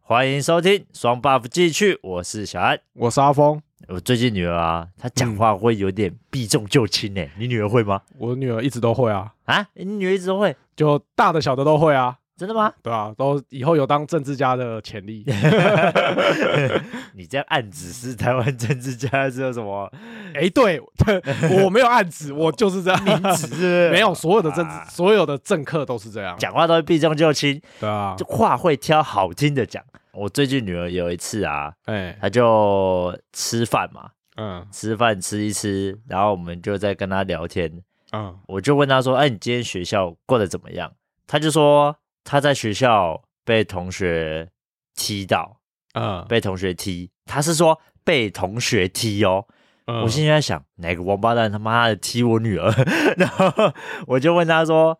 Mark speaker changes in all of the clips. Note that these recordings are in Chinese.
Speaker 1: 欢迎收听双 buff 继续，我是小安。
Speaker 2: 我是阿峰，
Speaker 1: 我最近女儿啊，她讲话
Speaker 2: 嗯
Speaker 1: 会有点避重就轻呢、你女儿会吗？
Speaker 2: 我女儿一直都会啊，
Speaker 1: 啊，你女儿一直都会，
Speaker 2: 就大的小的都会啊，
Speaker 1: 真的吗？
Speaker 2: 对啊，都以后有当政治家的 潜力。
Speaker 1: 你这样暗指是台湾政治家是有什么
Speaker 2: 哎、对，我没有暗指，我就是这样。
Speaker 1: 名词是不是？
Speaker 2: 没有，所有的政
Speaker 1: 啊
Speaker 2: 治，所有的政客都是这样。
Speaker 1: 讲话都会避重就轻，
Speaker 2: 对啊
Speaker 1: 就，话会挑好听的讲。我最近女儿有一次啊，
Speaker 2: 哎、
Speaker 1: 她就吃饭嘛，
Speaker 2: 嗯
Speaker 1: 吃饭吃一吃，然后我们就在跟她聊天，
Speaker 2: 嗯，
Speaker 1: 我就问她说：“哎，你今天学校过得怎么样？”她就说她在学校被同学踢到，
Speaker 2: 嗯
Speaker 1: 被同学踢，她是说被同学踢哦，
Speaker 2: 嗯，
Speaker 1: 我心里在想，哪个王八蛋他妈的踢我女儿？ 然后我就问他说：“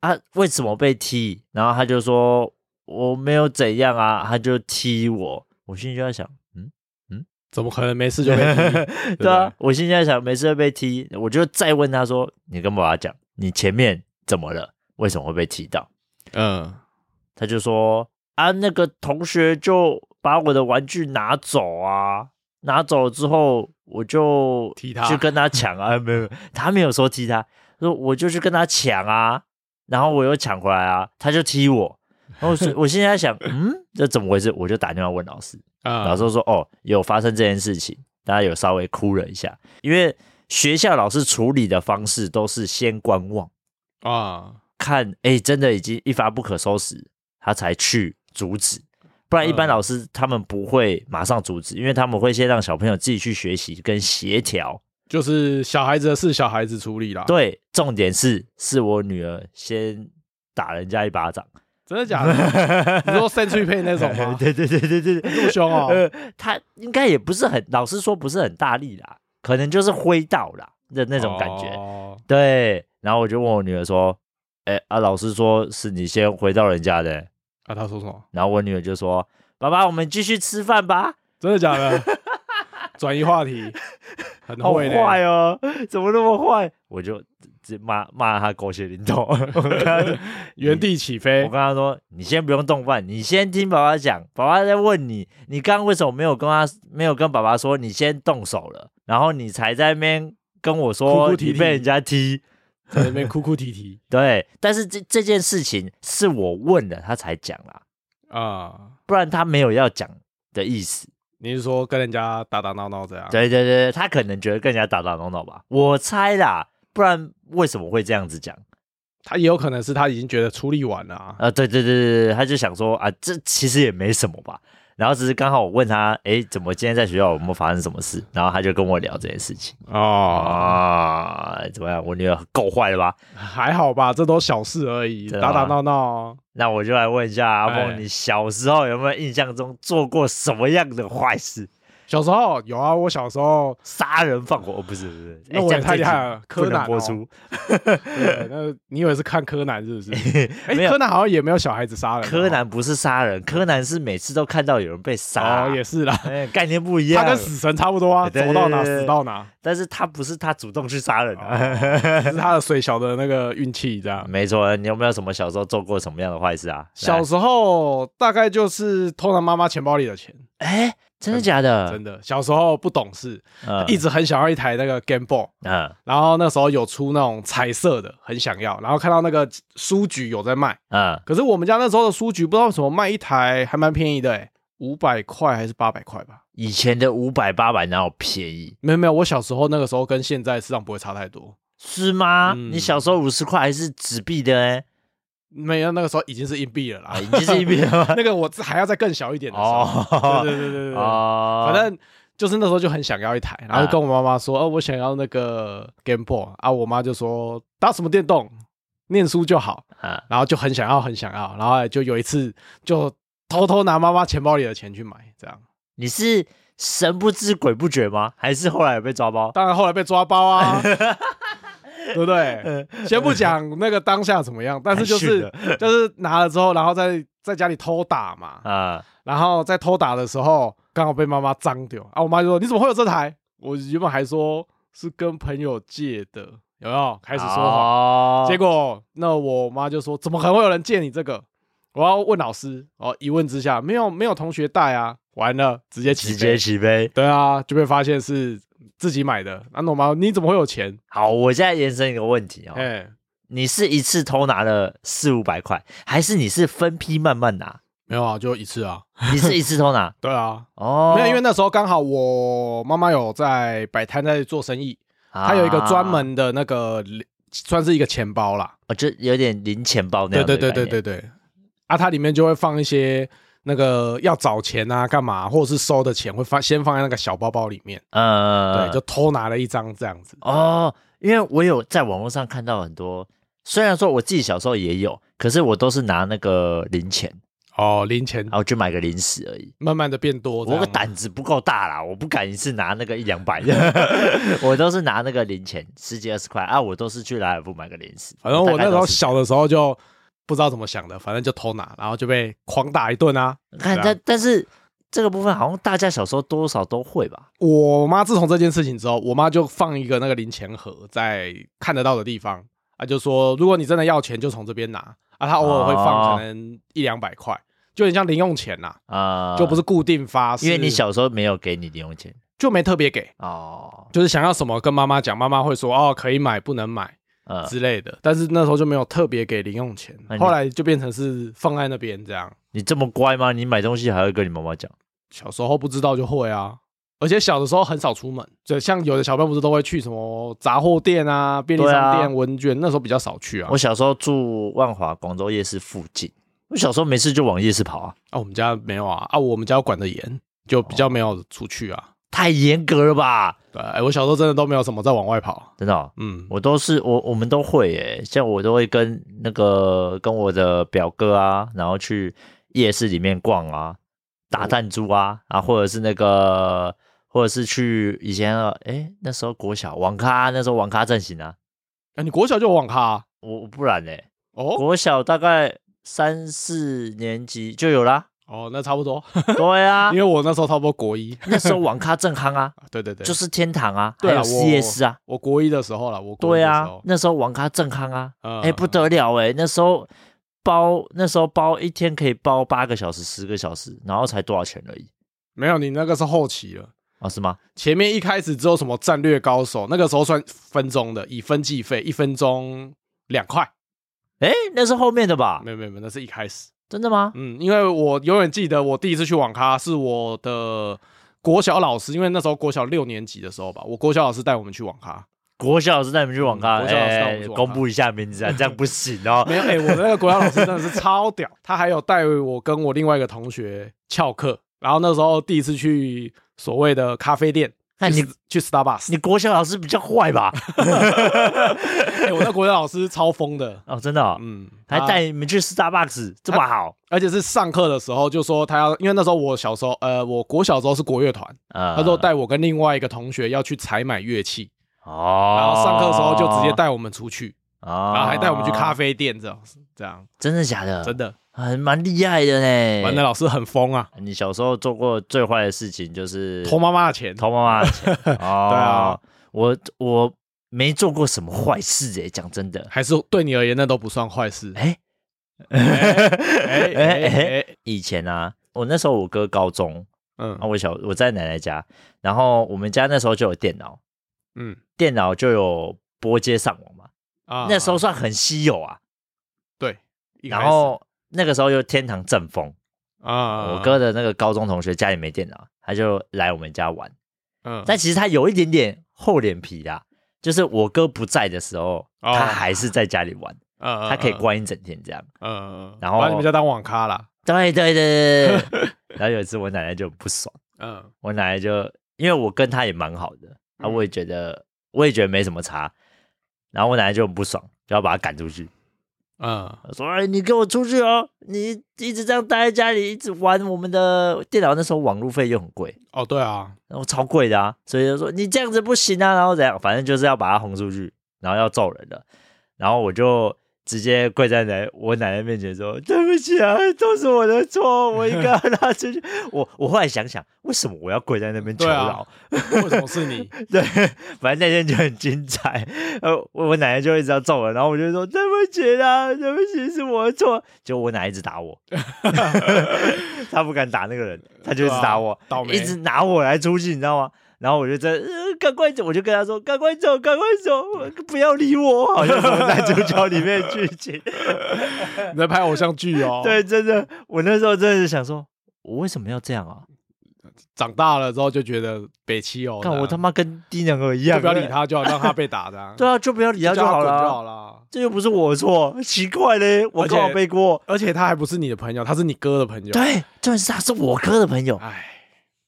Speaker 1: 啊，为什么被踢？”然后他就说：“我没有怎样啊，他就踢我。”我心里就在想，嗯，
Speaker 2: 怎么可能没事就 被踢？对不
Speaker 1: 对啊
Speaker 2: 对，
Speaker 1: 我心里在想，每次都被踢，我就再问他说：“你跟爸爸讲，你前面怎么了？为什么会被踢到
Speaker 2: 嗯，？”
Speaker 1: 他就说：“啊，那个同学就把我的玩具拿走啊，拿走之后我就
Speaker 2: 踢他
Speaker 1: 去跟他抢啊，没有，没有他没有说踢他，说我就去跟他抢啊，然后我又抢回来啊，他就踢我，然后我是我现在在想，嗯，这怎么回事？我就打电话问老师，
Speaker 2: 嗯
Speaker 1: 老师说哦，有发生这件事情，大家有稍微哭了一下，因为学校老师处理的方式都是先观望，
Speaker 2: 啊，
Speaker 1: 看哎、真的已经一发不可收拾，他才去阻止。不然，一般
Speaker 2: 嗯
Speaker 1: 老师他们不会马上阻止，因为他们会先让小朋友自己去学习跟协调，
Speaker 2: 就是小孩子的事，小孩子处理啦。，
Speaker 1: 对，重点是是我女儿先打人家一巴掌，
Speaker 2: 真的假 的？你说 Century Pay 那种吗？
Speaker 1: 对对对对对
Speaker 2: 这么
Speaker 1: 对，
Speaker 2: 凶哦？
Speaker 1: 呃，她应该也不是很，老实说不是很大力啦，可能就是挥到啦的那种感觉。
Speaker 2: 哦
Speaker 1: 对，然后我就问我女儿说：“哎、啊，老师说是你先挥到人家的、
Speaker 2: 啊，他说什么？
Speaker 1: 然后我女儿就说：“爸爸，我们继续吃饭吧。
Speaker 2: 真的假 的？转移话题，”很
Speaker 1: 好
Speaker 2: 会呢。
Speaker 1: 坏哦，怎么那么坏？我就直骂骂她狗血淋头。我跟 她说
Speaker 2: 原地起飞
Speaker 1: 我跟他说：“你先不用动饭，你先听爸爸讲。爸爸在问你，你刚刚为什么没有跟他没有跟爸爸说你先动手了，然后你才在那边跟我说
Speaker 2: 哭哭啼啼
Speaker 1: 你被人家踢？
Speaker 2: 在那边哭哭啼啼
Speaker 1: 对，但是这这件事情是我问了他才讲啦，
Speaker 2: 啊！
Speaker 1: 不然他没有要讲的意思。
Speaker 2: 你是说跟人家打打闹闹这样？，
Speaker 1: 对对对，他可能觉得更加打打闹闹吧，我猜啦，不然为什么会这样子讲？
Speaker 2: 他也有可能是他已经觉得处理完了啊。
Speaker 1: 啊，对对对对对，他就想说啊，这其实也没什么吧。然后只是刚好我问他，哎，怎么今天在学校有没有发生什么事？然后他就跟我聊这件事情。
Speaker 2: 哦，
Speaker 1: 啊，怎么样？我女儿够坏了吧？
Speaker 2: 还好吧，这都小事而已，
Speaker 1: 真的吗
Speaker 2: 打打闹闹。
Speaker 1: 那我就来问一下阿
Speaker 2: 哎
Speaker 1: 峰，你小时候有没有印象中做过什么样的坏事？
Speaker 2: 小时候有啊，我小时候
Speaker 1: 杀人放火？哦不是不是，
Speaker 2: 那我也太厉害
Speaker 1: 了，
Speaker 2: 了，
Speaker 1: 不
Speaker 2: 柯
Speaker 1: 能
Speaker 2: 南
Speaker 1: 播
Speaker 2: 哦
Speaker 1: 出。
Speaker 2: 对那你以为是看柯南是 不是？哎，
Speaker 1: 没有
Speaker 2: 柯南好像也没有小孩子杀人哦。
Speaker 1: 柯南不是杀人，柯南是每次都看到有人被杀
Speaker 2: 嗯哦，，也是啦，
Speaker 1: 哎 概念不一样。
Speaker 2: 他跟死神差不多啊，
Speaker 1: 对对
Speaker 2: 走到哪
Speaker 1: 对对对
Speaker 2: 死到哪，
Speaker 1: 但是他不是他主动去杀人啊。
Speaker 2: 只是他的水小的那个运气这样。
Speaker 1: 没错，你有没有什么小时候做过什么样的坏事啊？
Speaker 2: 哦小
Speaker 1: 来
Speaker 2: 时候大概就是偷了妈妈钱包里的钱，
Speaker 1: 哎，真的假的？
Speaker 2: 真的。小时候不懂事，
Speaker 1: 嗯
Speaker 2: 一直很想要一台那个 Game Boy，
Speaker 1: 嗯
Speaker 2: 然后那时候有出那种彩色的，很想要。然后看到那个书局有在卖，
Speaker 1: 嗯，
Speaker 2: 可是我们家那时候的书局不知道为什么卖一台还蛮便宜的、欸，五百块还是八百块吧？
Speaker 1: 以前的五百八百哪有便宜？
Speaker 2: 没有没有，我小时候那个时候跟现在市场不会差太多。
Speaker 1: 是吗？
Speaker 2: 嗯
Speaker 1: 你小时候五十块还是纸币的 哎、
Speaker 2: 没有，那个时候已经是硬币了啦？
Speaker 1: 啊，，已经是一币了吗
Speaker 2: 那个我还要再更小一点的时候。
Speaker 1: 哦，
Speaker 2: 对对对对对对。
Speaker 1: 哦，
Speaker 2: 反正就是那时候就很想要一台，然后就跟我妈妈说，哦、我想要那个 Game Boy 啊，我妈就说打什么电动，念书就好，
Speaker 1: 啊，
Speaker 2: 然后就很想要很想要，然后就有一次就偷偷拿妈妈钱包里的钱去买，这样，
Speaker 1: 你是神不知鬼不觉吗？还是后来有被抓包？
Speaker 2: 当然后来被抓包啊，对不对？先不讲那个当下怎么样，但是就
Speaker 1: 还
Speaker 2: 是
Speaker 1: 训了
Speaker 2: 就是拿了之后，然后在在家里偷打嘛，
Speaker 1: 啊，
Speaker 2: 然后在偷打的时候，刚好被妈妈脏掉啊！我妈就说：“你怎么会有这台？”我原本还说是跟朋友借的，有没有？开
Speaker 1: 开
Speaker 2: 始说谎。
Speaker 1: 谎
Speaker 2: 结果那我妈就说：“怎么可能会有人借你这个？”我要问老师哦，一问之下没有没有同学带啊，完了直接起
Speaker 1: 直
Speaker 2: 飞
Speaker 1: 接，起飞。
Speaker 2: 对啊，就被发现是自己买的，啊那懂吗？你怎么会有钱？
Speaker 1: 好，我现在延伸一个问题哦，
Speaker 2: 哎、
Speaker 1: 你是一次偷拿了四五百块，还是你是分批慢慢拿？
Speaker 2: 没有啊，就一次啊，
Speaker 1: 你是一次偷 拿
Speaker 2: 对啊，
Speaker 1: 哦，
Speaker 2: 没有，因为那时候刚好我妈妈有在摆摊在做生意，
Speaker 1: 啊
Speaker 2: 她有一个专门的那个算是一个钱包啦，
Speaker 1: 哦，就有点零钱包那
Speaker 2: 对
Speaker 1: 样的
Speaker 2: 对对对
Speaker 1: 概念
Speaker 2: 对对，啊，它里面就会放一些那个要找钱啊，干嘛，或者是收的钱会放先放在那个小包包里面，
Speaker 1: 呃，
Speaker 2: 对，就偷拿了一张这样子，
Speaker 1: 哦，因为我有在网络上看到很多，虽然说我自己小时候也有，可是我都是拿那个零钱，
Speaker 2: 哦，零钱
Speaker 1: 然后去买个零食而已。
Speaker 2: 慢慢的变多，这
Speaker 1: 我
Speaker 2: 样
Speaker 1: 个
Speaker 2: 吗
Speaker 1: 胆子不够大啦，我不敢一次拿那个一两百 的，我都是拿那个零钱十几二十块啊，我都是去莱尔富买个零食。
Speaker 2: 反正我那时候
Speaker 1: 小。
Speaker 2: 小的时候就不知道怎么想的，反正就偷拿，然后就被狂打一顿啊。
Speaker 1: 看，
Speaker 2: 对啊
Speaker 1: 但但是这个部分好像大家小时候多少都会吧？
Speaker 2: 我妈自从这件事情之后，我妈就放一个那个零钱盒在看得到的地方啊，就说如果你真的要钱，就从这边拿啊。她偶尔会
Speaker 1: 哦
Speaker 2: 放可能一两百块，就很像零用钱呐、
Speaker 1: 啊、
Speaker 2: 就不是固定发，
Speaker 1: 因为
Speaker 2: 是
Speaker 1: 你小时候没有给你零用钱
Speaker 2: 就没特别给，
Speaker 1: 哦，
Speaker 2: 就是想要什么跟妈妈讲，妈妈会说哦可以买不能买
Speaker 1: 呃，
Speaker 2: 之类的，但是那时候就没有特别给零用钱
Speaker 1: 那，你
Speaker 2: 后来就变成是放在那边这样。
Speaker 1: 你这么乖吗？你买东西还会跟你妈妈讲？
Speaker 2: 小时候不知道就会啊，而且小的时候很少出门，就像有的小朋友不是都会去什么杂货店啊、便利商
Speaker 1: 对啊
Speaker 2: 店、文具店，那时候比较少去啊
Speaker 1: 我。小时候住万华广州夜市附近，我小时候没事就往夜市跑啊，
Speaker 2: 啊，我们家没有啊，啊，我们家管得严，就比较
Speaker 1: 哦
Speaker 2: 没有出去啊。
Speaker 1: 太严格了吧？
Speaker 2: 对，哎，我小时候真的都没有什么在往外跑，
Speaker 1: 真的哦、
Speaker 2: 嗯，
Speaker 1: 我都是我我们都会耶，像我都会跟那个跟我的表哥啊，然后去夜市里面逛啊，打
Speaker 2: 嗯
Speaker 1: 弹珠啊，啊或者是那个或者是去以前的哎那时候国小网咖，那时候网咖阵型啊，
Speaker 2: 啊，你国小就有网咖啊
Speaker 1: 我我不然嘞，
Speaker 2: 哦
Speaker 1: 国小大概三四年级就有啦，
Speaker 2: 哦，那差 不多，
Speaker 1: 对啊
Speaker 2: 因，为我那时候差不多国一，
Speaker 1: 那时候网咖正夯啊，
Speaker 2: 对 对对，
Speaker 1: 就是天堂啊，还
Speaker 2: 对
Speaker 1: 有
Speaker 2: 啊
Speaker 1: 实夜市啊，
Speaker 2: 我国一的时候了，我国一
Speaker 1: 对
Speaker 2: 的时
Speaker 1: 啊
Speaker 2: 候，，
Speaker 1: 那时候网咖正夯啊，
Speaker 2: 哎
Speaker 1: 哎、不，得了哎、那时候包那时候包一天可以包八个小时、十个小时，然后才多少钱而已
Speaker 2: 没有，你那个是后期了。
Speaker 1: 啊？是吗？
Speaker 2: 前面一开始只有什么战略高手，那个时候算分钟的，以分计费，一分钟两块。
Speaker 1: 哎、那是后面的吧？
Speaker 2: 没有没有没有，那是一开始。
Speaker 1: 真的吗？
Speaker 2: 嗯，因为我永远记得我第一次去网咖是我的国小老师，因为那时候国小六年级的时候吧，我国小老师带我们去网咖。
Speaker 1: 国小老师带你们去网咖，
Speaker 2: 嗯国小老师带我
Speaker 1: 哎、
Speaker 2: 们去网咖
Speaker 1: 公布一下名字啊，这样不行哦。
Speaker 2: 没有，哎、我的那个国小老师真的是超屌， 他还有带我跟我另外一个同学翘课，然后那时候第一次去所谓的咖啡店。
Speaker 1: 那你
Speaker 2: 去去 Starbucks，
Speaker 1: 你国小老师比较坏 吧？
Speaker 2: 哎、我那国小老师超疯的，
Speaker 1: 哦，真的哦、
Speaker 2: 嗯，
Speaker 1: 还
Speaker 2: 他
Speaker 1: 带你们去 Starbucks，这么好？
Speaker 2: 而且是上课的时候就说他要，因为那时候我小时候，呃，我国小时候是国乐团，
Speaker 1: 呃
Speaker 2: 他说带我跟另外一个同学要去采买乐器，
Speaker 1: 哦，
Speaker 2: 然后上课的时候就直接，带我们出去，
Speaker 1: 哦、嗯
Speaker 2: 然后还带我们去咖
Speaker 1: 啡，
Speaker 2: 啡店这样子，这样
Speaker 1: 真的假的？
Speaker 2: 真的，
Speaker 1: 还蛮厉害的呢。
Speaker 2: 玩的老师很疯啊，
Speaker 1: 你小时候做过最坏的事情就是
Speaker 2: 偷妈妈的钱，
Speaker 1: 嗯偷妈 妈的钱。哦，对
Speaker 2: 啊，
Speaker 1: 我我没做过什么坏事诶、讲真的。
Speaker 2: 还是对你而言那都不算 坏事，
Speaker 1: 哎、
Speaker 2: 哎哎哎，哎
Speaker 1: 以前啊，我那时候我哥高中啊，
Speaker 2: 嗯
Speaker 1: 我小我在奶奶家，然后我们家那时候就有电脑，
Speaker 2: 嗯
Speaker 1: 电脑就有拨接上网嘛，
Speaker 2: 啊
Speaker 1: 那时候算很稀有啊。
Speaker 2: 对，一开始
Speaker 1: 然后那个时候又天堂正风，
Speaker 2: 啊，
Speaker 1: 我哥的那个高中同学家里没电脑，他就来我们家玩。
Speaker 2: 嗯，
Speaker 1: 但其实他有一点点厚脸皮啦，就是我哥不在的时候，
Speaker 2: 哦
Speaker 1: 他还是在家里玩，
Speaker 2: 嗯
Speaker 1: 他可以，关一整天这样。
Speaker 2: 嗯嗯嗯，
Speaker 1: 然后
Speaker 2: 把你们家当网咖啦，
Speaker 1: 对对对对对。然后有一次我奶奶就很不爽，
Speaker 2: 嗯
Speaker 1: 我奶奶就因为我跟他也蛮好的，啊，
Speaker 2: 嗯
Speaker 1: 我也觉得我也觉得没什么差，然后我奶奶就很不爽，就要把他赶出去，
Speaker 2: 嗯
Speaker 1: 她说：“哎，你给我出去哦！你一直这样待在家里，一直玩我们的电脑，那时候网路费又很贵。”
Speaker 2: 哦对啊，
Speaker 1: 然后超贵的啊，所以就说你这样子不行啊，然后怎样，反正就是要把他轰出去，然后要揍人的。然后我就直接跪在奶我奶奶面前说：“对不起啊，都是我的错，我应该让他出去。” 我我后来想想，为什么我要跪在那边求
Speaker 2: 对啊
Speaker 1: 饶？
Speaker 2: 为什么是你？
Speaker 1: 对，反正那天就很精彩。呃，我我奶奶就一直要揍我，然后我就说对不起啦，对不起是我的错。结果我奶一直打我， 她不敢打那个人，她就一直打我，
Speaker 2: 对啊倒霉
Speaker 1: 一直拿我来出气，你知道吗？然后我就在，呃赶、快走，我就跟她说，赶快走，赶快走，不要理我，好像是我在主角里面的剧情。
Speaker 2: 你在拍偶像剧 哦？，
Speaker 1: 对，真的，我那时候真的是想说，我为什么要这样啊？
Speaker 2: 长大了之后就觉得北七哦，
Speaker 1: 看我他
Speaker 2: 妈
Speaker 1: 妈跟低能儿一样，，
Speaker 2: 不要理，他，就好让他被打的
Speaker 1: 对啊，就不要理他
Speaker 2: 就
Speaker 1: 就
Speaker 2: 叫他
Speaker 1: 好
Speaker 2: 滚
Speaker 1: 了
Speaker 2: 就
Speaker 1: 啊。
Speaker 2: 好了。
Speaker 1: 这又不是我错，奇怪嘞，我
Speaker 2: 而
Speaker 1: 刚好
Speaker 2: 且
Speaker 1: 背锅。
Speaker 2: 而且他还不是你的朋友，他是你哥的朋友。，
Speaker 1: 对，重点是他是我哥的朋友，
Speaker 2: 哎，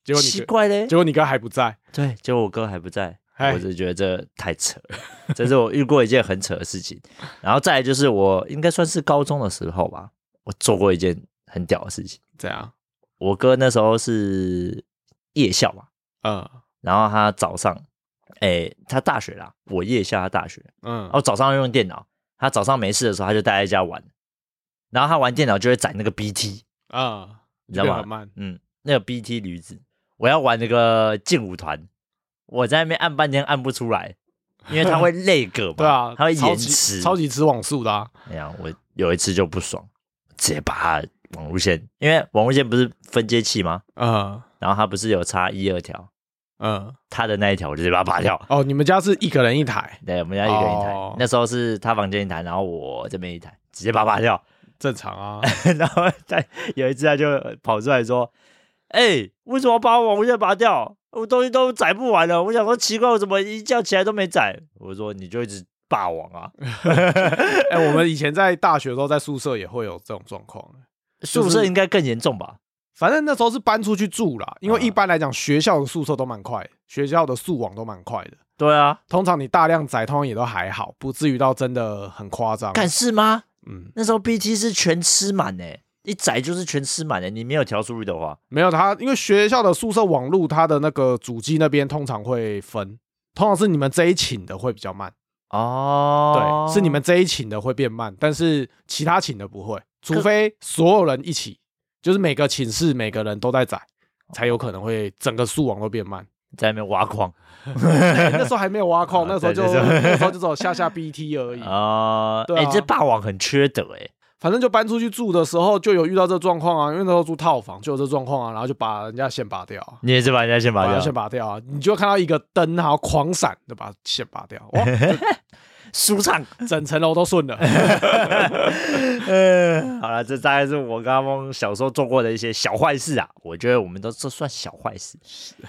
Speaker 2: 结果你
Speaker 1: 奇
Speaker 2: 哥，
Speaker 1: 怪嘞
Speaker 2: 结。果你哥还不在，
Speaker 1: 对，结果我哥还不在，
Speaker 2: 哎
Speaker 1: 我是觉得这太扯了，这是我遇过一件很扯的事情。然后再来就是我应该算是高中的时候吧，我做过一件很屌的事情。
Speaker 2: 怎样？
Speaker 1: 我哥那时候是夜校嘛，
Speaker 2: 嗯
Speaker 1: 然后他早上，哎，他大学啦，我夜校，他大学，
Speaker 2: 嗯
Speaker 1: 然，后早上用电脑，他早上没事的时候他就待在家玩，然后他玩电脑就会载那个 BT。
Speaker 2: 嗯，
Speaker 1: 你知道
Speaker 2: 就
Speaker 1: 吗
Speaker 2: 变很慢，
Speaker 1: 嗯，那个 BT 驴子，我要玩那个劲舞团，我在那边按半天按不出来，因为它 会累个嘛，
Speaker 2: 对啊，
Speaker 1: 它会
Speaker 2: 超
Speaker 1: 延
Speaker 2: 级
Speaker 1: 迟。
Speaker 2: 超级吃网速的啊，
Speaker 1: 哎呀，我有一次就不爽，直接把它网路线，因为网路线不是分接器吗？
Speaker 2: 嗯
Speaker 1: 然后它不是有插一二条，
Speaker 2: 嗯，
Speaker 1: 它的那一条我就直接把它拔掉。
Speaker 2: 哦，你们家是一个人一台，
Speaker 1: 对，我们家一个人一台，
Speaker 2: 哦
Speaker 1: 那时候是他房间一台，然后我这边一台，直接把它拔掉。
Speaker 2: 正常 啊，
Speaker 1: 然后他有一次他就跑出来说：“哎、为什么把我网无线拔掉？我东西都载不完了。”我想说奇怪，我怎么一觉起来都没载？我说你就一直霸王啊！
Speaker 2: 哎、我们以前在大学的时候，在宿舍也会有这种状况。
Speaker 1: 宿舍应该更严重吧？
Speaker 2: 反正那时候是搬出去住啦，因为
Speaker 1: 嗯
Speaker 2: 一般来讲，学校的宿舍都蛮快的，学校的宿网都蛮快的。
Speaker 1: 对啊，
Speaker 2: 通常你大量载，通常也都还好，不至于到真的很夸张。
Speaker 1: 敢是吗？
Speaker 2: 嗯，
Speaker 1: 那时候 BT 是全吃满诶、一载就是全吃满诶、欸你没有调速率的话，
Speaker 2: 没有他，因为学校的宿舍网路，它的那个主机那边通常会分，通常是你们这一寝的会比较慢，
Speaker 1: 哦，
Speaker 2: 对，是你们这一寝的会变慢，但是其他寝的不会，除非所有人一起，就是每个寝室每个人都在载，才有可能会整个宿网都变慢。
Speaker 1: 在那边挖矿
Speaker 2: 欸那时候还没有挖矿，
Speaker 1: 啊
Speaker 2: 那时候就
Speaker 1: 对对对
Speaker 2: 那时候就只有下下 BT 而已。
Speaker 1: 啊！
Speaker 2: 对
Speaker 1: 哎、
Speaker 2: 啊
Speaker 1: 这霸王很缺德欸诶、
Speaker 2: 反正就搬出去住的时候就有遇到这状况啊，因为那时候住套房就有这状况啊，然后就把人家线拔掉啊，
Speaker 1: 你也是把人家先拔
Speaker 2: 把人
Speaker 1: 掉
Speaker 2: 家，线拔掉啊，你就看到一个灯，然后狂闪就把线拔掉， 哇，
Speaker 1: 舒畅。
Speaker 2: 整层楼都顺了。
Speaker 1: 呃，好了，这大概是我跟阿峰小时候做过的一些小坏事啊。我觉得我们都这算小坏 事，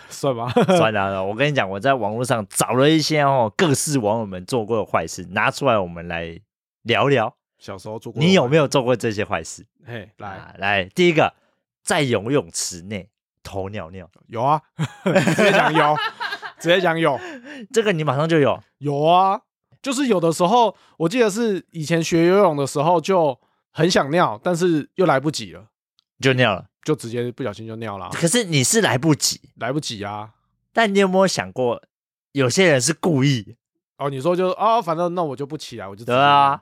Speaker 2: 算吧，
Speaker 1: 算了了。我跟你讲，我在网络上找了一些哦各式网友们做过的坏事，拿出来我们来聊聊。
Speaker 2: 小时候做过，
Speaker 1: 你有没有做过这些坏事？
Speaker 2: 嘿来
Speaker 1: 啊、来，第一个，在游泳池内偷尿尿，
Speaker 2: 有啊， 直接讲有，直接讲有
Speaker 1: 这个你马上就有。
Speaker 2: 有啊，就是有的时候我记得是以前学游泳的时候就很想尿，但是又来不及了，
Speaker 1: 就尿了，
Speaker 2: 就直接不小心就尿了啊。
Speaker 1: 可是你是来不及。
Speaker 2: 来不及啊。
Speaker 1: 但你有没有想过，有些人是故意，
Speaker 2: 哦，你说就啊、反正那我就不起来，我就直接
Speaker 1: 对啊，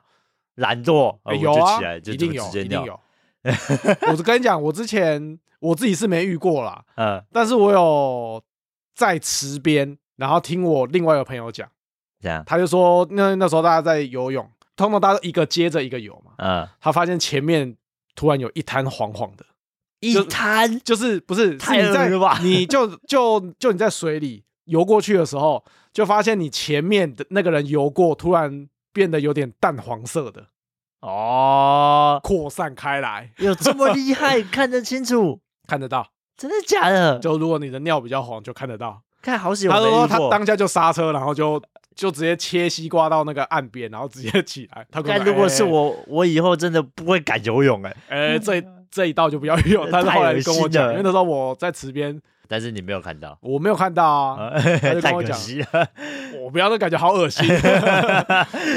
Speaker 1: 懒惰，
Speaker 2: 哎
Speaker 1: 呃
Speaker 2: 有
Speaker 1: 我就
Speaker 2: 啊
Speaker 1: 起来，就
Speaker 2: 一
Speaker 1: 这
Speaker 2: 定
Speaker 1: 么
Speaker 2: 有
Speaker 1: 直，接
Speaker 2: 一定
Speaker 1: 尿。
Speaker 2: 有。我是跟你讲，我之前我自己是没遇过啦，
Speaker 1: 嗯，
Speaker 2: 但是我有在池边，然后听我另外一个朋友讲，
Speaker 1: 这样，
Speaker 2: 他就说那那时候大家在游泳，通常大家一个接着一个游嘛，
Speaker 1: 嗯，
Speaker 2: 他发现前面突然有一滩黄黄的，
Speaker 1: 一滩
Speaker 2: 就是不是
Speaker 1: 太
Speaker 2: 是你在
Speaker 1: 恶了吧
Speaker 2: 你就就就你在水里游过去的时候，就发现你前面的那个人游过，突然变得有点淡黄色的，
Speaker 1: 哦，
Speaker 2: 扩散开来，
Speaker 1: 有这么厉 害，看得清楚，
Speaker 2: 看得到。
Speaker 1: 真的假的？
Speaker 2: 就如果你的尿比较黄，就看得到。
Speaker 1: 看好喜
Speaker 2: 他
Speaker 1: 欢没
Speaker 2: 说
Speaker 1: 遇
Speaker 2: 他
Speaker 1: 过，
Speaker 2: 当下就刹车，然后就就直接切西瓜到那个岸边，然后直接起来。他跟
Speaker 1: 看
Speaker 2: 我
Speaker 1: 如
Speaker 2: 说
Speaker 1: 果是，
Speaker 2: 哎
Speaker 1: 我，我以后真的不会敢游泳哎。
Speaker 2: 哎、这一这一道就不要 用。但是
Speaker 1: 太
Speaker 2: 后来
Speaker 1: 恶
Speaker 2: 跟我
Speaker 1: 心
Speaker 2: 讲，
Speaker 1: 了
Speaker 2: 因为那时候我在池边，
Speaker 1: 但是你没有看到，
Speaker 2: 我没有看到啊，
Speaker 1: 啊
Speaker 2: 他就跟
Speaker 1: 太
Speaker 2: 我
Speaker 1: 可
Speaker 2: 讲
Speaker 1: 惜了。
Speaker 2: 我不要，那感觉好恶心。 有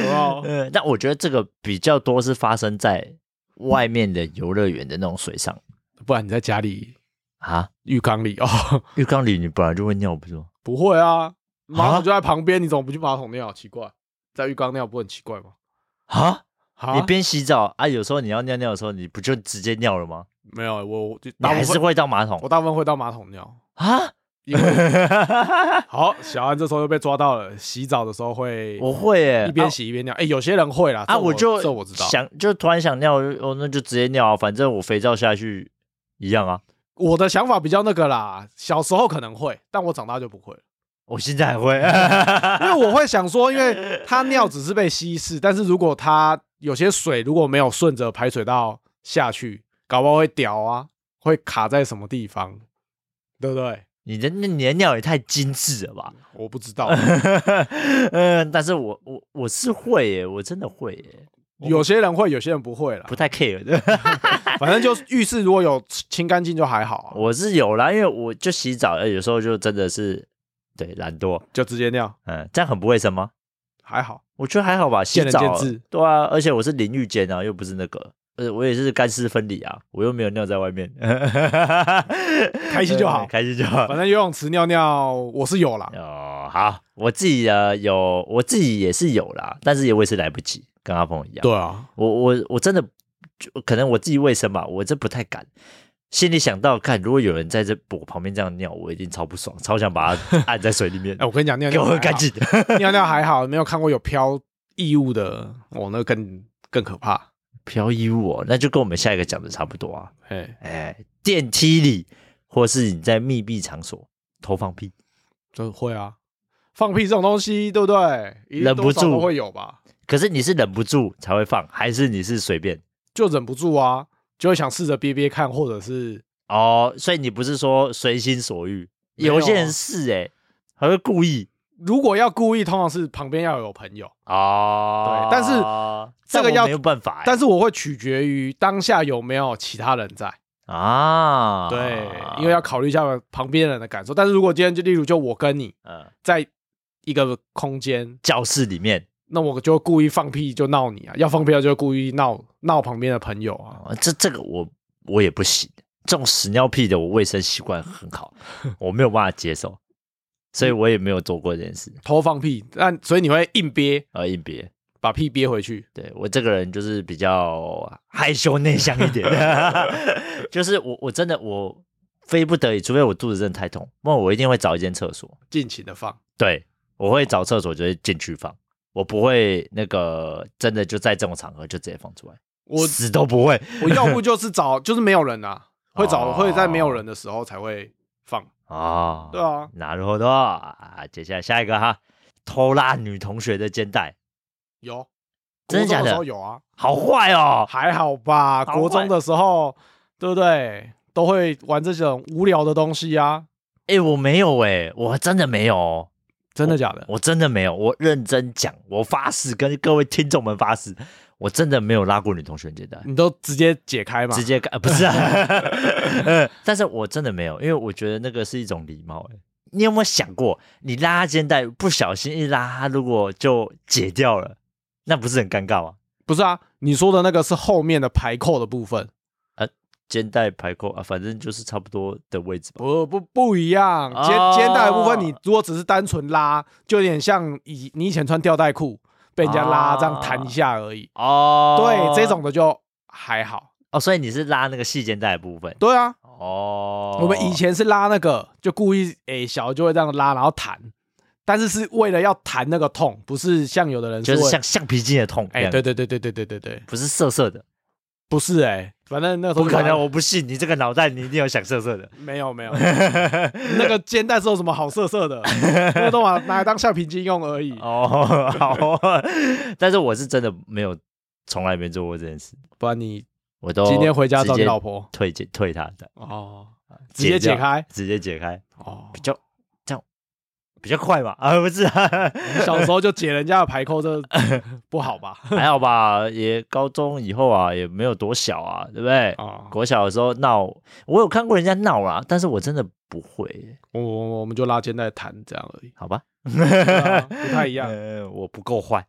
Speaker 2: 没有？
Speaker 1: 嗯，但我觉得这个比较多是发生在外面的游乐园的那种水上
Speaker 2: 不然你在家里
Speaker 1: 啊，
Speaker 2: 浴缸里哦，
Speaker 1: 浴缸里你本来就会尿，不是吗？
Speaker 2: 不会啊，马桶就在旁边，你怎么不去马桶尿？奇怪，在浴缸尿不很奇怪吗？
Speaker 1: 啊，
Speaker 2: 啊
Speaker 1: 你边洗澡啊，有时候你要尿尿的时候，你不就直接尿了吗？
Speaker 2: 没有我我就
Speaker 1: 你
Speaker 2: 大
Speaker 1: 还
Speaker 2: 部
Speaker 1: 是
Speaker 2: 分
Speaker 1: 啊会到马桶
Speaker 2: 我大部分会到马桶 尿，
Speaker 1: 啊？
Speaker 2: 因为好小安这时候又被抓到了，洗澡的时候会
Speaker 1: 我会耶，
Speaker 2: 一边
Speaker 1: 啊
Speaker 2: 洗一边尿，哎，有些人会啦，
Speaker 1: 啊，
Speaker 2: 这
Speaker 1: 我就
Speaker 2: 这我知道，
Speaker 1: 想就突然想尿，哦，那就直接尿啊，反正我肥皂下去一样啊。
Speaker 2: 我的想法比较那个啦，小时候可能会，但我长大就不会了。
Speaker 1: 我现在还会，
Speaker 2: 因为我会想说，因为它尿只是被稀释，但是如果它有些水如果没有顺着排水道下去，搞不好会掉啊，会卡在什么地方，对不对？
Speaker 1: 你的那你的尿也太精致了吧？
Speaker 2: 我不知道，
Speaker 1: 呃嗯，但是我我我是会耶，我真的会耶，
Speaker 2: 有些人会，有些人不会啦
Speaker 1: 不。太 care 的。
Speaker 2: 反正就是浴室如果有清干净就还好啊，
Speaker 1: 我是有啦，因为我就洗澡，呃有时候就真的是对懒惰，
Speaker 2: 就直接尿
Speaker 1: 嗯，这样很不卫生吗？
Speaker 2: 还好。
Speaker 1: 我觉得还好吧，洗
Speaker 2: 见仁
Speaker 1: 澡
Speaker 2: 见智
Speaker 1: 对啊，而且我是淋浴间啊，又不是那个，呃，我也是干湿分离啊，我又没有尿在外 面，开
Speaker 2: 心就好
Speaker 1: 开心就好
Speaker 2: 反。正游泳池尿尿我是有啦，
Speaker 1: 哦，好，我自己呃有，我自己也是有啦，但是也我也是来不及，跟阿鹏一样。
Speaker 2: 对啊，
Speaker 1: 我我我真的就可能我自己卫生吧，我这不太敢。心里想到，看如果有人在这我旁边这样尿，我一定超不爽，超想把他按在水里面
Speaker 2: 哎，，我跟你讲，尿
Speaker 1: 给
Speaker 2: 尿
Speaker 1: 我
Speaker 2: 还
Speaker 1: 很
Speaker 2: 好
Speaker 1: 干， 净。
Speaker 2: 尿尿还好，没有看过有飘异物的，我那更更可怕，
Speaker 1: 漂移我，那就跟我们下一个讲的差不多啊。
Speaker 2: 哎。
Speaker 1: 哎，电梯里，或是你在密闭场所投放屁，
Speaker 2: 就会啊，放屁这种东西，对不对？一定
Speaker 1: 忍不
Speaker 2: 多少都
Speaker 1: 住
Speaker 2: 会有吧，
Speaker 1: 可是你是忍不住才会放，还是你是随便？
Speaker 2: 就忍不住啊，就会想试着憋憋看，或者是
Speaker 1: 哦，所以你不是说随心所欲，
Speaker 2: 没有
Speaker 1: 有些人是哎、还会故意
Speaker 2: 如果要故意，通常是旁边要有朋友，
Speaker 1: 哦。
Speaker 2: 对但是
Speaker 1: 但
Speaker 2: 这个
Speaker 1: 我
Speaker 2: 要
Speaker 1: 没有办法欸、
Speaker 2: 但是我会取决于当下有没有其他人在，
Speaker 1: 啊，
Speaker 2: 对，因为要考虑一下旁边人的感受。但是如果今天就例如就我跟你
Speaker 1: 呃
Speaker 2: 在一个空间，
Speaker 1: 教室里面，
Speaker 2: 那我就故意放屁就闹你啊，要放屁就故意闹闹旁边的朋友啊，
Speaker 1: 哦这这个我我也不行，这种屎尿屁的我卫生习惯很 好，我没有办法接受，所以我也没有做过这件事，
Speaker 2: 偷放屁，但所以你会硬憋
Speaker 1: 呃，硬别。
Speaker 2: 把屁憋回去，
Speaker 1: 对我这个人就是比较害羞内向一点，就是我我真的我非不得已，除非我肚子真的太痛，不然我一定会找一间厕所。
Speaker 2: 尽情的放。
Speaker 1: 对，我会找厕所就会进去放，我不会那个真的就在这种场合就直接放出来，
Speaker 2: 我
Speaker 1: 死都不会。
Speaker 2: 我要不就是找，就是没有人啊，会找
Speaker 1: 哦
Speaker 2: 会在没有人的时候才会放。
Speaker 1: 哦，
Speaker 2: 对啊，
Speaker 1: なるほど啊，接下来下一个哈，偷拉女同学的肩带，
Speaker 2: 有，
Speaker 1: 真的
Speaker 2: 国
Speaker 1: 假
Speaker 2: 中
Speaker 1: 的
Speaker 2: 时候有啊，
Speaker 1: 好坏哦，
Speaker 2: 还好吧，
Speaker 1: 好
Speaker 2: 国中
Speaker 1: 坏
Speaker 2: 的时候，对不对？都会玩这种无聊的东西啊，
Speaker 1: 哎、我没有哎、我真的没有哦，
Speaker 2: 真的假的？
Speaker 1: 我真的没有，我认真讲，我发誓跟各位听众们发誓，我真的没有拉过女同学肩带。
Speaker 2: 你都直接解开嘛
Speaker 1: 直？接干、呃、不 是啊、呃但是我真的没有，因为我觉得那个是一种礼貌、欸。你有没有想过，你拉她肩带不小心一拉，她如果就解掉了，那不是很尴尬吗？
Speaker 2: 不是啊，你说的那个是后面的排扣的部分，
Speaker 1: 肩带排扣啊，反正就是差不多的位置吧。
Speaker 2: 呃不不不一样。肩
Speaker 1: 哦
Speaker 2: 肩带的部分，你如果只是单纯拉，就有点像以你以前穿吊带裤被人家拉
Speaker 1: 啊
Speaker 2: 这样弹一下而已。
Speaker 1: 哦
Speaker 2: 对，这种的就还好。
Speaker 1: 哦，所以你是拉那个细肩带的部分
Speaker 2: 对啊，
Speaker 1: 哦。
Speaker 2: 我们以前是拉那个，就故意诶、小就会这样拉，然后弹，但是是为了要弹那个痛，不是像有的人
Speaker 1: 就是
Speaker 2: 为
Speaker 1: 像橡皮筋的痛，
Speaker 2: 哎、
Speaker 1: 哎、
Speaker 2: 对对对对对对对对，
Speaker 1: 不是涩涩的，
Speaker 2: 不是哎、反正那个时
Speaker 1: 不
Speaker 2: 候
Speaker 1: 可
Speaker 2: 就拉
Speaker 1: 能，我不信你这个脑袋，你一定有想涩 涩的。
Speaker 2: 没有没 有，那个肩带是有什么好色色的，那个都拿拿来当橡皮筋用而已。
Speaker 1: 哦，好哦，但是我是真的没有，从来没做过这件事，
Speaker 2: 不然你
Speaker 1: 我都
Speaker 2: 今天回家
Speaker 1: 直
Speaker 2: 找你
Speaker 1: 接
Speaker 2: 老婆
Speaker 1: 退解退他的，
Speaker 2: 哦，直接解
Speaker 1: 掉，
Speaker 2: 开
Speaker 1: 直接解开，
Speaker 2: 哦
Speaker 1: 比。较这样比较快嘛？啊， 不是、啊，
Speaker 2: 小时候就解人家的排扣，这不 好吧？
Speaker 1: 还好吧，也高中以后啊，也没有多小啊，对不对？
Speaker 2: 啊，
Speaker 1: 国小的时候闹，我有看过人家闹啦，但是我真的不会，
Speaker 2: 我我我们就拉肩带弹这样而 已，
Speaker 1: 好吧？
Speaker 2: 对啊不太一样。
Speaker 1: 呃，我不够坏。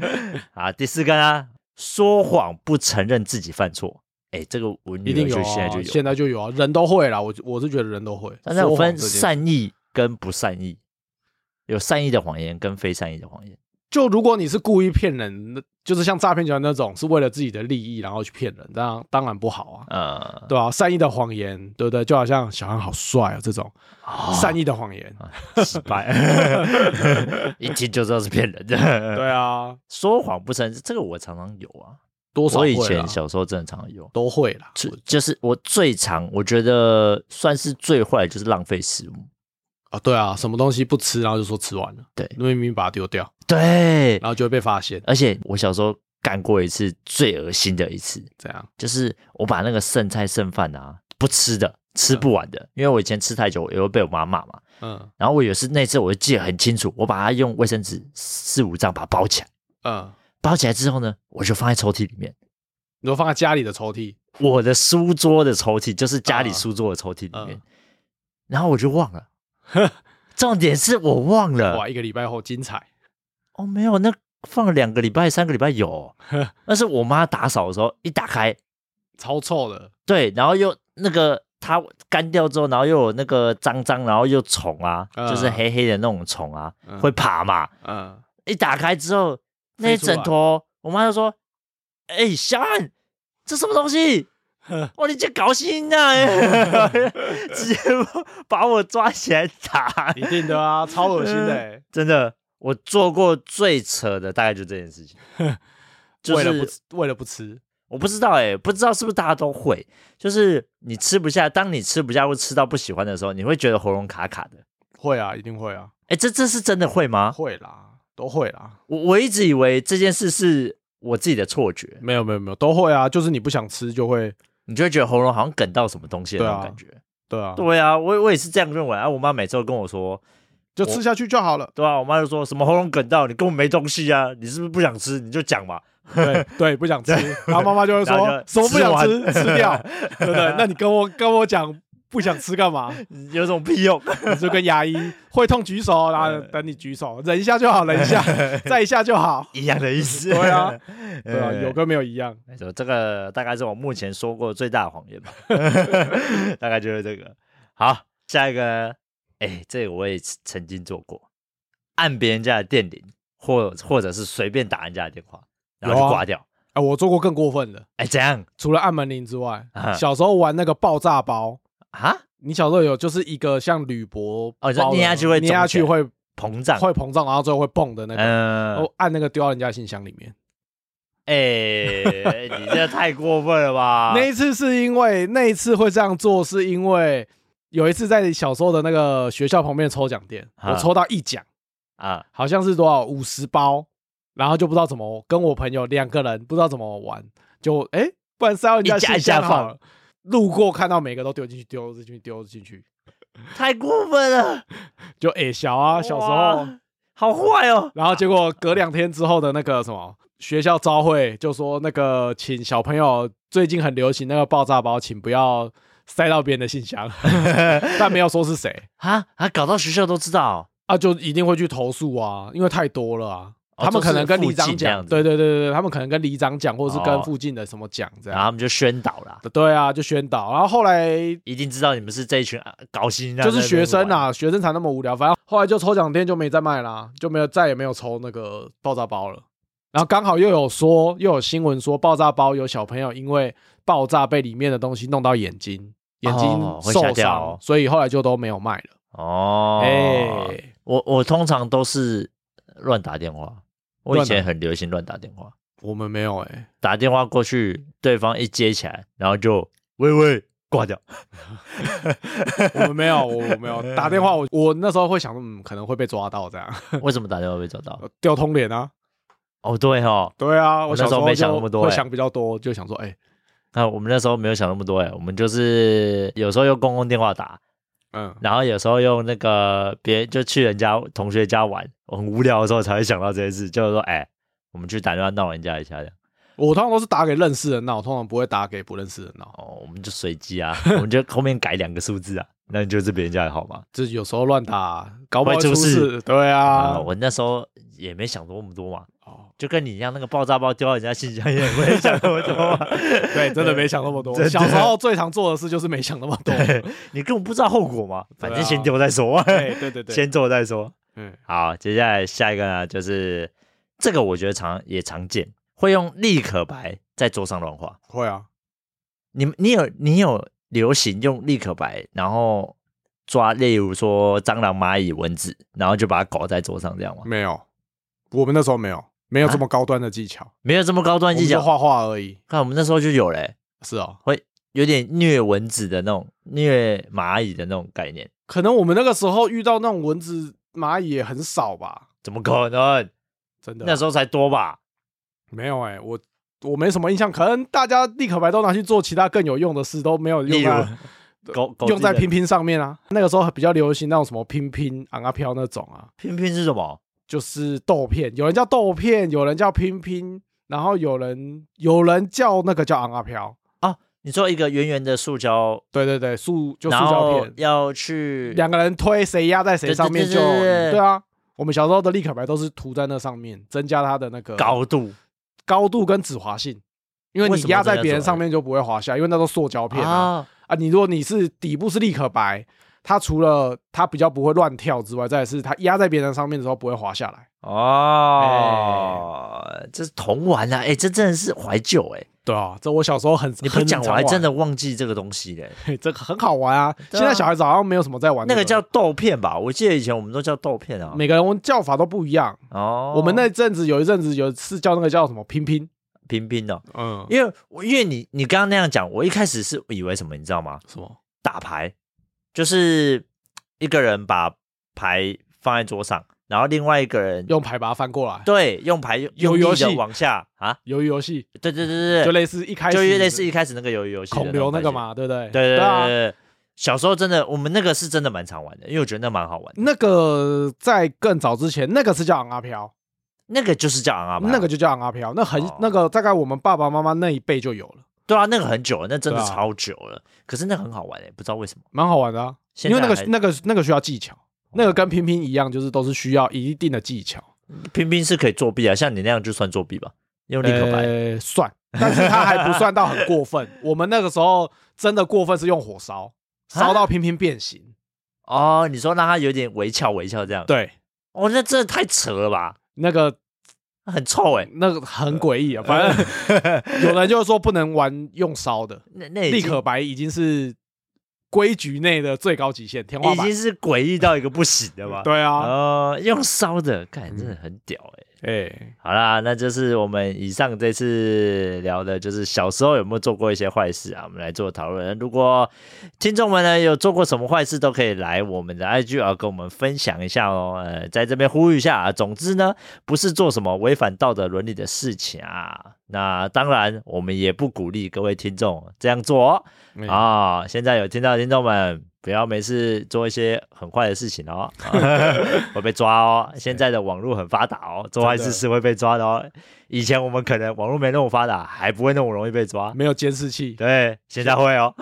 Speaker 1: 啊，第四个呢，说谎不承认自己犯错。哎，这个我女
Speaker 2: 一
Speaker 1: 儿
Speaker 2: 定有、
Speaker 1: 就
Speaker 2: 啊，
Speaker 1: 现在就有，
Speaker 2: 现在就有啊，人都会啦。我我是觉得人都会。
Speaker 1: 但是有
Speaker 2: 说谎
Speaker 1: 分
Speaker 2: 这件事
Speaker 1: 善意跟不善意，有善意的谎言跟非善意的谎言。
Speaker 2: 就如果你是故意骗人，那就是像诈骗集团那种，是为了自己的利益然后去骗人，这样当然不好啊，
Speaker 1: 呃，
Speaker 2: 对啊？善意的谎言，对不对？就好像小汉好帅哦，这种
Speaker 1: 啊
Speaker 2: 善意的啊谎言，
Speaker 1: 失败， 一听就知道是骗人的。
Speaker 2: 对啊，
Speaker 1: 说谎不成，这个我常常有啊。
Speaker 2: 多少
Speaker 1: 我以
Speaker 2: 会啦
Speaker 1: 前小时候正常有，
Speaker 2: 都会啦，
Speaker 1: 就就是我最常，我觉得算是最坏的就是浪费食物。
Speaker 2: 啊，对啊，什么东西不吃，然后就说吃完了，
Speaker 1: 对
Speaker 2: 那明明把它丢掉，
Speaker 1: 对，
Speaker 2: 然后就会被发现，
Speaker 1: 而且我小时候干过一次最恶心的一次，
Speaker 2: 这样
Speaker 1: 就是我把那个剩菜剩饭啊不吃的吃不完的，因为我以前吃太久也会被我妈骂嘛。
Speaker 2: 嗯
Speaker 1: 然后我有一次那次我就记得很清楚，我把它用卫生纸四五张把它包起来，
Speaker 2: 嗯，
Speaker 1: 包起来之后呢，我就放在抽屉里面。
Speaker 2: 你说放在家里的抽屉，
Speaker 1: 我的书桌的抽屉，就是家里
Speaker 2: 嗯
Speaker 1: 书桌的抽屉里面，
Speaker 2: 嗯
Speaker 1: 然后我就忘了。重点是我忘了
Speaker 2: 哇，一个礼拜后精彩，
Speaker 1: 哦，没有，那放了两个礼拜、三个礼拜有，那是我妈打扫的时候一打开，
Speaker 2: 超臭的，
Speaker 1: 对，然后又那个它干掉之后，然后又有那个脏脏，然后又虫啊，
Speaker 2: 嗯
Speaker 1: 就是黑黑的那种虫啊，
Speaker 2: 嗯
Speaker 1: 会爬嘛。
Speaker 2: 嗯，
Speaker 1: 一打开之后，那些
Speaker 2: 飞出来
Speaker 1: 枕头，我妈就说：“哎、小安，这什么东西？” 哇！你这搞心啊！ 欸直接把我抓起来打，
Speaker 2: 一定的啊，超恶心的欸，
Speaker 1: 真的，我做过最扯的大概就这件事情，就
Speaker 2: 为了
Speaker 1: 是
Speaker 2: 不吃为了不吃，
Speaker 1: 我不知道哎、不知道是不是大家都会，就是你吃不下，当你吃不下或吃到不喜欢的时候，你会觉得喉咙卡卡的。
Speaker 2: 会啊，一定会啊，
Speaker 1: 哎、这这是真的会吗？
Speaker 2: 会啦，都会啦，
Speaker 1: 我我一直以为这件事是我自己的错觉，
Speaker 2: 没有没有没有，都会啊，就是你不想吃就会，
Speaker 1: 你就会觉得喉咙好像梗到什么东西的那种
Speaker 2: 对啊
Speaker 1: 感觉。
Speaker 2: 对啊，
Speaker 1: 对啊，我我也是这样认为啊。我妈每次都跟我说，
Speaker 2: 就吃下去就好了，
Speaker 1: 对啊，我妈就说什么喉咙梗到，你根本没东西啊，你是不是不想吃？你就讲嘛。
Speaker 2: 对对，不想吃，然后妈妈就会
Speaker 1: 然后
Speaker 2: 说
Speaker 1: 就
Speaker 2: 什么不想吃，
Speaker 1: 吃完
Speaker 2: 吃掉， 对不对？那你跟我跟我讲不想吃干嘛？
Speaker 1: 有什么屁用？
Speaker 2: 你就跟牙医会痛举手，然后等你举手，忍一下就好，忍一 下，再一下就好。
Speaker 1: 一样的意思。
Speaker 2: 对啊，对啊，
Speaker 1: 呃
Speaker 2: 有跟没有一样。
Speaker 1: 没错，这个大概是我目前说过最大的谎 言吧，大概就是这个。好，下一个，哎，这个我也曾经做过，按别人家的电铃，或或者是随便打人家的电话，然后
Speaker 2: 有
Speaker 1: 就
Speaker 2: 啊
Speaker 1: 挂掉。
Speaker 2: 啊，我做过更过分的，
Speaker 1: 哎、怎样
Speaker 2: 除了按门铃之外
Speaker 1: 啊，
Speaker 2: 小时候玩那个爆炸包，
Speaker 1: 啊？
Speaker 2: 你小时候有就是一个像铝箔
Speaker 1: 哦你说
Speaker 2: 包的
Speaker 1: 捏下去会
Speaker 2: 捏下去
Speaker 1: 肿起
Speaker 2: 会
Speaker 1: 膨胀？
Speaker 2: 会膨胀，然后最后会蹦的那个，
Speaker 1: 嗯，哎、
Speaker 2: 哦，按那个丢到人家信箱里面。
Speaker 1: 你这太过分了吧？
Speaker 2: 那一次是因为那一次会这样做，是因为有一次在小时候的那个学校旁边的抽奖店，
Speaker 1: 啊
Speaker 2: 我抽到一奖，
Speaker 1: 啊，
Speaker 2: 好像是多少五十包，然后就不知道怎么跟我朋友两个人不知道怎么玩，就哎、诶不然塞到人家
Speaker 1: 一家
Speaker 2: 信箱
Speaker 1: 一家放
Speaker 2: 好了。路过看到每个都丢进去，丢进去，丢进去，
Speaker 1: 太过分了！
Speaker 2: 就哎、小啊，小时候
Speaker 1: 哇，好坏哦。
Speaker 2: 然后结果隔两天之后的那个什么学校招会，就说那个请小朋友最近很流行那个爆炸包，请不要塞到别人的信 箱，但没有说是谁
Speaker 1: 啊啊，搞到学校都知道
Speaker 2: 啊，就一定会去投诉啊，因为太多了啊。
Speaker 1: 哦
Speaker 2: 他们可能跟
Speaker 1: 就是
Speaker 2: 里
Speaker 1: 附近
Speaker 2: 长
Speaker 1: 这
Speaker 2: 讲
Speaker 1: 样，子
Speaker 2: 对对对对对，他们可能跟里长讲，或者是
Speaker 1: 哦
Speaker 2: 跟附近的什么讲这
Speaker 1: 然后
Speaker 2: 样。
Speaker 1: 他们就宣导啦。
Speaker 2: 对啊，就宣导。然后后来
Speaker 1: 一定知道你们是这一群啊搞心，
Speaker 2: 就是学生，啊，学生才那么无聊。反正后来就抽奖店就没再卖啦，就没有再也没有抽那个爆炸包了。然后刚好又有说，又有新闻说爆炸包有小朋友因为爆炸被里面的东西弄到眼睛，眼睛
Speaker 1: 哦会吓
Speaker 2: 受
Speaker 1: 掉
Speaker 2: 伤，
Speaker 1: 哦
Speaker 2: 所以后来就都没有卖了。
Speaker 1: 哦，
Speaker 2: 哎、
Speaker 1: 我我通常都是乱打电话，我以
Speaker 2: 乱打
Speaker 1: 前很流行乱打电话，
Speaker 2: 我们没有哎、
Speaker 1: 打电话过去，对方一接起来，然后就喂喂挂掉，
Speaker 2: 我们没有，我我没有打电话我，我那时候会想，嗯，可能会被抓到这样，
Speaker 1: 为什么打电话被找到？
Speaker 2: 掉通脸啊，
Speaker 1: 哦，对哦，
Speaker 2: 对啊，
Speaker 1: 我那
Speaker 2: 小
Speaker 1: 时候没想
Speaker 2: 就
Speaker 1: 那么多
Speaker 2: 会
Speaker 1: 欸
Speaker 2: 想比较多，就想说，哎、
Speaker 1: 那我们那时候没有想那么多哎，我们就是有时候用公共电话打，
Speaker 2: 嗯，
Speaker 1: 然后有时候用那个别就去人家同学家玩，我很无聊的时候才会想到这件事，就是说哎，我们去打电话闹人家一下这样。
Speaker 2: 我通常都是打给认识人闹，我通常不会打给不认识人闹。
Speaker 1: 哦，我们就随机 啊，我们就后面改两个数字啊，那就是别人家的号码
Speaker 2: 就是有时候乱打，搞不好
Speaker 1: 会出
Speaker 2: 出
Speaker 1: 事
Speaker 2: 事。对啊，
Speaker 1: 我那时候也没想那么多嘛，
Speaker 2: 哦，
Speaker 1: 就跟你一样，那个爆炸包丢到人家信箱也不会想那么多嘛。
Speaker 2: 对，真的没想那么
Speaker 1: 真
Speaker 2: 多。
Speaker 1: 的
Speaker 2: 小时候最常做的事就是没想那么多。
Speaker 1: 对， 你根本不知道后果嘛，反正 先丢再说，
Speaker 2: 哦对对对对，
Speaker 1: 先做再说。
Speaker 2: 嗯
Speaker 1: 好，接下来下一个呢，就是这个我觉得常也常见，会用立可白在桌上乱画。
Speaker 2: 会啊，
Speaker 1: 你们你有你有流行用立可白，然后抓例如说蟑螂、蚂蚁、蚊子，然后就把它搞在桌上这样吗？
Speaker 2: 没有，我们那时候没有，没有这么高端的技巧，
Speaker 1: 没有这么高
Speaker 2: 我
Speaker 1: 端啊
Speaker 2: 们
Speaker 1: 技
Speaker 2: 就
Speaker 1: 巧。
Speaker 2: 画画而已。
Speaker 1: 看我们那时候就有嘞、
Speaker 2: 是哦，
Speaker 1: 有点虐蚊子的那种、虐蚂蚁的那种概念，
Speaker 2: 可能我们那个时候遇到那种蚊子、蚂蚁也很少吧，
Speaker 1: 怎么可能？
Speaker 2: 真的。
Speaker 1: 那时候才多吧？
Speaker 2: 没有哎、我我没什么印象，可能大家立可白都拿去做其他更有用的事，都没有
Speaker 1: 例
Speaker 2: 啊用
Speaker 1: 如
Speaker 2: 在
Speaker 1: 狗狗
Speaker 2: 用在
Speaker 1: 拼
Speaker 2: 拼拼上面啊。那个时候比较流行那种什么拼拼、昂啊飘那种啊，
Speaker 1: 拼拼是什么？
Speaker 2: 就是豆片，有人叫豆片，有人叫拼拼，然后有人有人叫那个叫昂啊飘。
Speaker 1: 你说一个圆圆的塑胶，
Speaker 2: 对对对，塑就塑
Speaker 1: 然
Speaker 2: 胶
Speaker 1: 后
Speaker 2: 片，
Speaker 1: 要去
Speaker 2: 两个人推谁压在谁上面就
Speaker 1: 对对对对对
Speaker 2: 对啊。我们小时候的立可白都是涂在那上面，增加它的那个
Speaker 1: 高度
Speaker 2: 高度跟止滑性，因为
Speaker 1: 为
Speaker 2: 你
Speaker 1: 什么
Speaker 2: 压在
Speaker 1: 这
Speaker 2: 别人
Speaker 1: 叫
Speaker 2: 上面就不会滑下，因为那都塑胶片啊。
Speaker 1: 啊，
Speaker 2: 啊，你如果你是底部是立可白，它除了它比较不会乱跳之外，再来是它压在别人上面的时候不会滑下来。
Speaker 1: 哦，啊这是童玩啊！哎、这真的是怀旧哎、
Speaker 2: 对啊，这我小时候很
Speaker 1: 你不讲我还
Speaker 2: 完
Speaker 1: 真的忘记这个东西嘞、
Speaker 2: 这个很好玩啊。
Speaker 1: 对啊
Speaker 2: 现在小孩子好像没有什么在玩、
Speaker 1: 那
Speaker 2: 个
Speaker 1: 个叫豆片吧？我记得以前我们都叫豆片啊。
Speaker 2: 每个人叫法都不一样。
Speaker 1: 哦，
Speaker 2: 我们那阵子有一阵子有是叫那个叫什么拼拼，
Speaker 1: 拼拼的，
Speaker 2: 嗯，
Speaker 1: 因为我因为你你刚刚那样讲，我一开始是以为什么，你知道吗？
Speaker 2: 什么？
Speaker 1: 打牌，就是一个人把牌放在桌上，然后另外一个人
Speaker 2: 用牌把它翻过来，
Speaker 1: 对用牌
Speaker 2: 有
Speaker 1: 用
Speaker 2: 游
Speaker 1: 力
Speaker 2: 戏
Speaker 1: 的往下啊，
Speaker 2: 鱿鱼游戏
Speaker 1: 对对对
Speaker 2: 就
Speaker 1: 对
Speaker 2: 类似一开
Speaker 1: 对，
Speaker 2: 始
Speaker 1: 就类似一开始那个游游戏的
Speaker 2: 孔刘那
Speaker 1: 种感觉，
Speaker 2: 个嘛，对不对？
Speaker 1: 对对对对
Speaker 2: 啊，
Speaker 1: 对。小时候真的，我们那个是真的蛮常玩的，因为我觉得那蛮好玩的。
Speaker 2: 那个在更早之前，那个是叫昂阿飘，
Speaker 1: 那个就是叫昂阿啊
Speaker 2: 那个就叫昂阿飘，那很
Speaker 1: 哦
Speaker 2: 那个大概我们爸爸妈妈那一辈就有了，
Speaker 1: 对啊，那个很久了，那真的
Speaker 2: 对啊
Speaker 1: 超久了。可是那个很好玩诶、欸不知道为什么。
Speaker 2: 蛮好玩的啊。
Speaker 1: 现
Speaker 2: 因为那
Speaker 1: 在
Speaker 2: 个
Speaker 1: 还
Speaker 2: 那个那个需要技巧，那个跟拼拼一样，就是都是需要一定的技巧。
Speaker 1: 拼拼是可以作弊啊，像你那样就算作弊吧，用立可白。
Speaker 2: 呃，算，但是它还不算到很过分。我们那个时候真的过分是用火烧，
Speaker 1: 啊
Speaker 2: 烧到拼拼变形。
Speaker 1: 哦，你说让它有点微翘微翘这样。
Speaker 2: 对，
Speaker 1: 哦，那真的太扯了吧，
Speaker 2: 那个
Speaker 1: 很臭哎、
Speaker 2: 那个很诡异啊，反正 有人就说不能玩用烧的，
Speaker 1: 那哎那已
Speaker 2: 立
Speaker 1: 经
Speaker 2: 可白已经是规矩内的最高极限天花
Speaker 1: 已
Speaker 2: 板
Speaker 1: 经。是诡异到一个不行的吧？
Speaker 2: 对啊，嗯
Speaker 1: 呃，用烧的，干真的很屌哎、
Speaker 2: 哎，
Speaker 1: 好啦，那就是我们以上这次聊的，就是小时候有没有做过一些坏事啊？我们来做讨论。如果听众们呢有做过什么坏事，都可以来我们的 IG 啊，跟我们分享一下哦。呃，在这边呼吁一下啊，总之呢，不是做什么违反道德伦理的事情啊。那当然，我们也不鼓励各位听众这样做哦。
Speaker 2: 嗯
Speaker 1: 啊、现在有听到的听众们，不要没事做一些很坏的事情哦，会被抓哦。现在的网络很发达哦，做坏事是会被抓的哦。以前我们可能网络没那么发达，还不会那么容易被抓。
Speaker 2: 没有监视器，
Speaker 1: 对，现在会哦，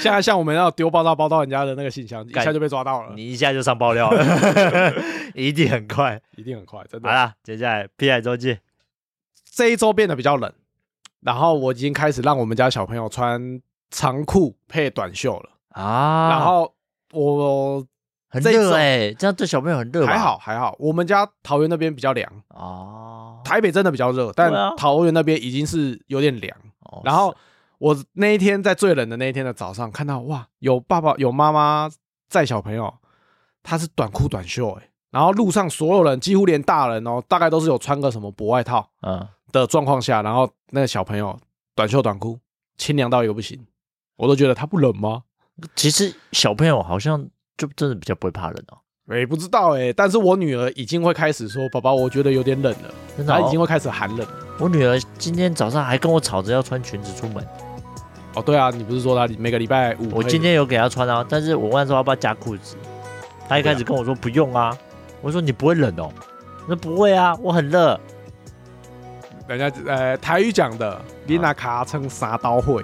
Speaker 2: 现在像我们要丢爆炸包到人家的那个信箱，一
Speaker 1: 干
Speaker 2: 下就被抓到了，
Speaker 1: 你一下就上爆料 了，一定很快。
Speaker 2: 一定很快，真
Speaker 1: 好
Speaker 2: 的。
Speaker 1: 啦，接下来 P I 周记，
Speaker 2: 这一周变得比较冷，然后我已经开始让我们家小朋友穿长裤配短袖了，
Speaker 1: 啊
Speaker 2: 然后我
Speaker 1: 很
Speaker 2: 这一
Speaker 1: 热
Speaker 2: 种
Speaker 1: 哎、这样对小朋友很热吧？
Speaker 2: 还好还好，我们家桃园那边比较凉，
Speaker 1: 哦，
Speaker 2: 台北真的比较热，但
Speaker 1: 对啊
Speaker 2: 桃园那边已经是有点凉。
Speaker 1: 哦
Speaker 2: 然后我那一天在最冷的那一天的早上，看到哇，有爸爸有妈妈载小朋友，他是短裤短袖哎、然后路上所有人几乎连大人哦，大概都是有穿个什么薄外套
Speaker 1: 嗯，
Speaker 2: 的状况下，然后那个小朋友短袖短裤，清凉到一个不行，我都觉得他不冷吗？
Speaker 1: 其实小朋友好像就真的比较不会怕冷哦，
Speaker 2: 哎、不知道哎、但是我女儿已经会开始说，爸爸，我觉得有点冷了，
Speaker 1: 真的、
Speaker 2: 她
Speaker 1: 哦、
Speaker 2: 已经会开始寒冷了。
Speaker 1: 我女儿今天早上还跟我吵着要穿裙子出门，
Speaker 2: 哦，对啊，你不是说她每个礼拜五可以？
Speaker 1: 我今天有给她穿啊，但是我问她说要不要加裤子，她一开始跟我说不用啊，我说你不会冷哦，我说不会啊，我很热，
Speaker 2: 人家呃台语讲的，
Speaker 1: 啊
Speaker 2: 你那卡称三刀会。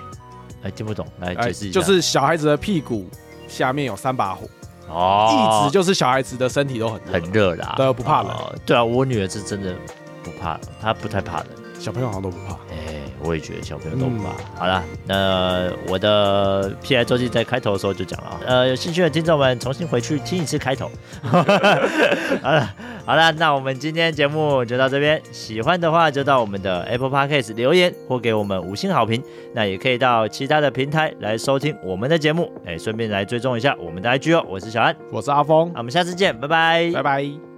Speaker 1: 哎听不懂，来
Speaker 2: 哎
Speaker 1: 解释一下，
Speaker 2: 就是小孩子的屁股下面有三把火，
Speaker 1: 哦，
Speaker 2: 一直就是小孩子的身体都很热
Speaker 1: 很，热啦，
Speaker 2: 对不怕冷
Speaker 1: 哦哦对啊，我女儿是真的不怕，她不太怕冷，
Speaker 2: 小朋友好像都不怕。
Speaker 1: 哎，我也觉得小朋友都怕。
Speaker 2: 嗯
Speaker 1: 好了，那我的 P I 周记在开头的时候就讲了啊，呃，有兴趣的听众们重新回去听一次开头。 好了，好了，那我们今天节目就到这边，喜欢的话就到我们的 Apple Podcast 留言或给我们五星好评，那也可以到其他的平台来收听我们的节目，哎，顺便来追踪一下我们的 I G 哦。我是小安，
Speaker 2: 我是阿峰
Speaker 1: 那，我们下次见，拜拜，
Speaker 2: 拜拜。